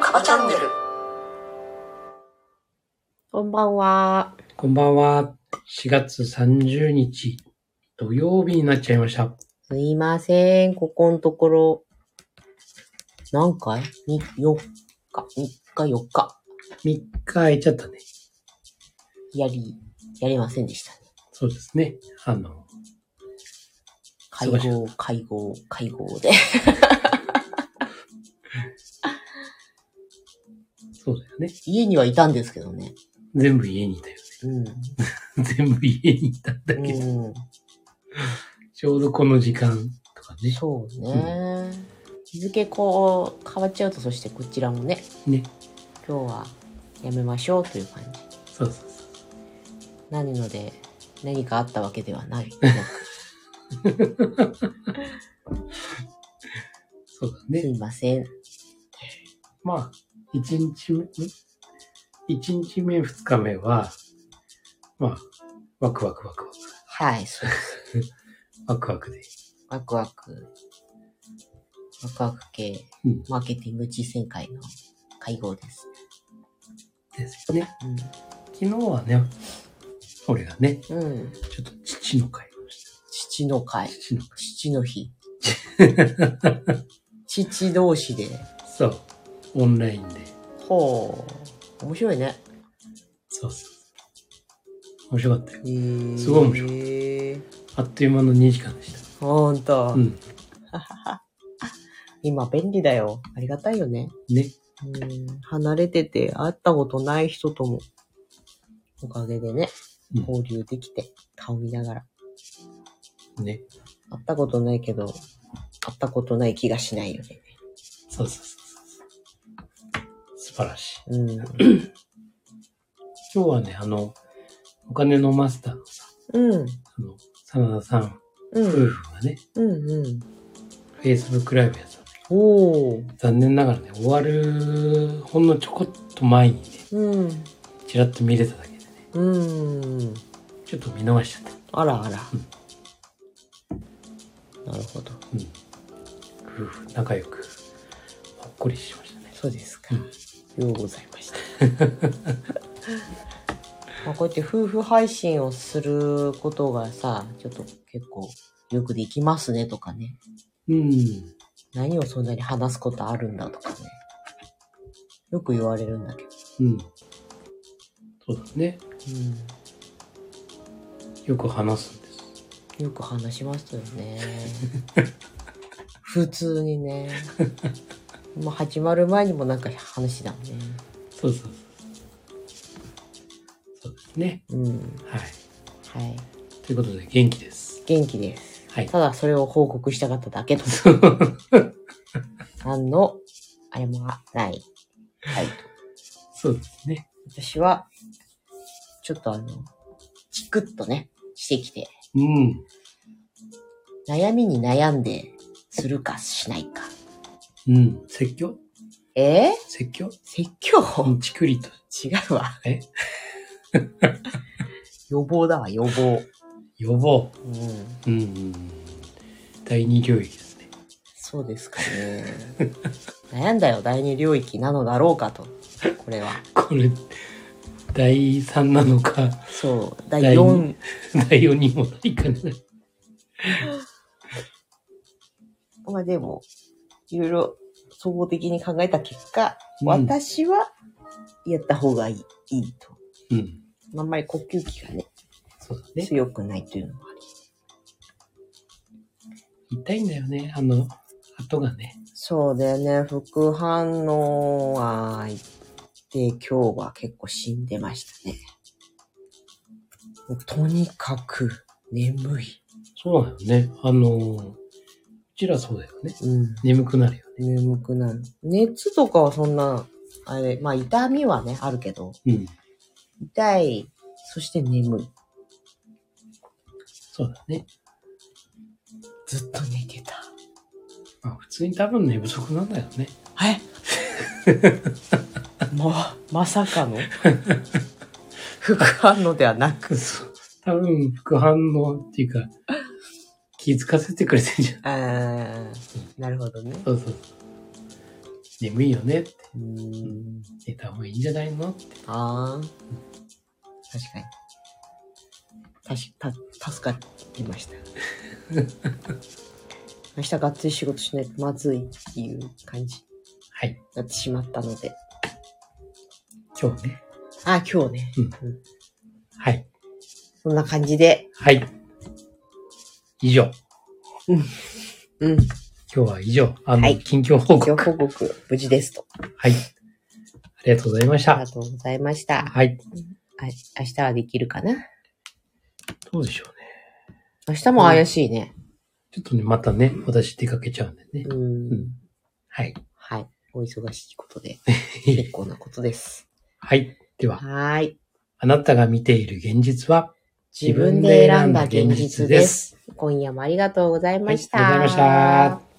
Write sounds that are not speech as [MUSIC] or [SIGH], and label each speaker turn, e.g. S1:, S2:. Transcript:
S1: カバチャンネル
S2: こんばんは。
S3: こんばんは。4月30日土曜日になっちゃいました。
S2: すいません。ここのところ、何回 ?4 日、3日、4日。
S3: 3日空いちゃったね。
S2: やり、やりませんでしたね。
S3: そうですね。あの、
S2: 会
S3: 忙し
S2: 合、会合、会合で。 [LAUGHS]
S3: そうだよね。
S2: 家にはいたんですけどね。
S3: 全部家にいたよ [LAUGHS]
S2: うん。
S3: ね。全部家にいたんだけど、
S2: う
S3: ちょうどこの時間とか
S2: ん、
S3: ね。
S2: そうね。日付こう変わっちゃうと、そしてこちらもね、
S3: ね。
S2: 今日はやめましょうという感じ。
S3: そうそうそ
S2: なので、何かあったわけではない。
S3: [LAUGHS]
S2: なんか
S3: う。そうだ
S2: す
S3: ね。
S2: いません。
S3: まあ、1日目、ん ?1 日目、2日目は、まあ、ワクワクワクワク。
S2: はい、そう
S3: ワクワクで。
S2: ワクワク、ワクワク系
S3: うん、
S2: マーケティング実践会の会合です。
S3: ですよね。
S2: う
S3: 昨日はね、俺がね、
S2: ん。うん。
S3: ちょっと父の会をし
S2: 父の
S3: た。
S2: 会、
S3: 父の
S2: 父の日。 [LAUGHS] 父同士で。
S3: そう。オンラインで。
S2: ほう。面白いね。
S3: そうそう。面白かったよ。
S2: へー
S3: すごい面白
S2: い。
S3: あっという間の2時間でし
S2: ほん
S3: た。
S2: と
S3: う。ん。
S2: 今便利だよ。ありがたいよね。
S3: ね。
S2: うん。離れてて会ったことない人とも、おかげでね、
S3: うん
S2: 交流できて、顔見ながら。
S3: ね。
S2: 会ったことないけど、会ったことない気がしないよね。
S3: そうそうそうそう。素晴らしい。
S2: うん。
S3: 今日はね、あの、お金のマスターのさ、
S2: うん。
S3: あの、真田さん
S2: う
S3: 夫
S2: ん。
S3: 婦がね、
S2: うん。うん。
S3: Facebook ライブやってたんだけ
S2: おー。
S3: ど残念ながらね、終わる、ほんのちょこっと前にね、
S2: うん。
S3: ちらっと見れただけでね、
S2: うん。
S3: ちょっと見逃しちゃった。
S2: あらあら。なるほど。
S3: うん。夫婦仲良く、ほっこりしましたね。
S2: そうですか。ようございました。 [LAUGHS] まあこうやって夫婦配信をすることがさ、ちょっと結構よくできますねとかね。
S3: うん。
S2: 何をそんなに話すことあるんだとかね。よく言われるんだけど。
S3: うん。そうだね。よく話すんです。
S2: よく話しますよね。普通にね。もう始まる前にもなんか話だもんね。
S3: そうそうそう。そうですね。
S2: うん。
S3: はい。
S2: はい。
S3: ということで、元気です。
S2: 元気です。
S3: はい。 [LAUGHS]
S2: ただそれを報告したかっただけと。何の、あれもない。はい。
S3: そうですね。
S2: 私は、ちょっとあの、チクッとね、してきて、
S3: うん。
S2: 悩みに悩んで、するかしないか。
S3: うん。説教
S2: えー、
S3: 説教
S2: 説教
S3: うん、ちくりと。
S2: 違うわ。
S3: え [LAUGHS]
S2: 予防だわ、予防。
S3: 予防。
S2: うん。
S3: うんうん。第二領域ですね。
S2: そうですかね。悩んだよ、第二領域なのだろうかと。これは。
S3: これ、第三なのか、 [LAUGHS]
S2: そう。第
S3: 第
S2: 4
S3: 二、第四にもないかな。
S2: まあでも、いろいろ総合的に考えた結果、
S3: うん
S2: 私はやった方がいいいいと。
S3: うん。
S2: あんまり呼吸器がね、
S3: そうだね。
S2: 強くないというのもあり。
S3: 痛いんだよね。あの、後がね。
S2: そうだよね、副反応がいって、今日は結構死んでましたね。もうとにかく眠い。
S3: そうだよね。あのー、うちらそうだよね。
S2: うん。
S3: 眠くなるよね。
S2: 眠くなる。熱とかはそんな、あれ、まあ痛みはね、あるけど、
S3: うん。
S2: 痛い、そして眠い。
S3: そうだね。
S2: ずっと寝てた。
S3: まあ、普通に多分寝不足なんだよね。
S2: はい。 [LAUGHS] ま、まさかの [LAUGHS] 副反応ではなく、
S3: そう多分、副反応っていうか、気づかせてくれてんじゃん。
S2: あーなるほどね。
S3: そうそう。眠いよねって。
S2: うーん。
S3: 寝た方がいいんじゃないのって。
S2: ああ。確かに。たし、た、助かりま [LAUGHS] した。明日がっつり仕事しないとまずいっていう感じに
S3: はい。
S2: なってしまったので。
S3: 今日ね。
S2: ああ、今日ね。
S3: うんはい。
S2: そんな感じで。
S3: はい。以上。
S2: うん。
S3: 今日は以上。あの、
S2: はい
S3: 近況報告。
S2: 情報告、無事ですと。
S3: はい。ありがとうございまし
S2: あり
S3: た
S2: が。とうございました。あ
S3: はい。
S2: 明日はできるかな
S3: どうでしょうね。
S2: 明日も怪しいね。
S3: ちょっとね、またね、私出かけちゃうんでね。
S2: う。
S3: うんん。はい。
S2: はい。お忙しいこと
S3: [LAUGHS]
S2: で。結構なことです。
S3: はい。では、
S2: はーい。
S3: あなたが見ている現実は
S2: 自分で選んだ現実です。。今夜もありがとうございました。
S3: はいありがとうございました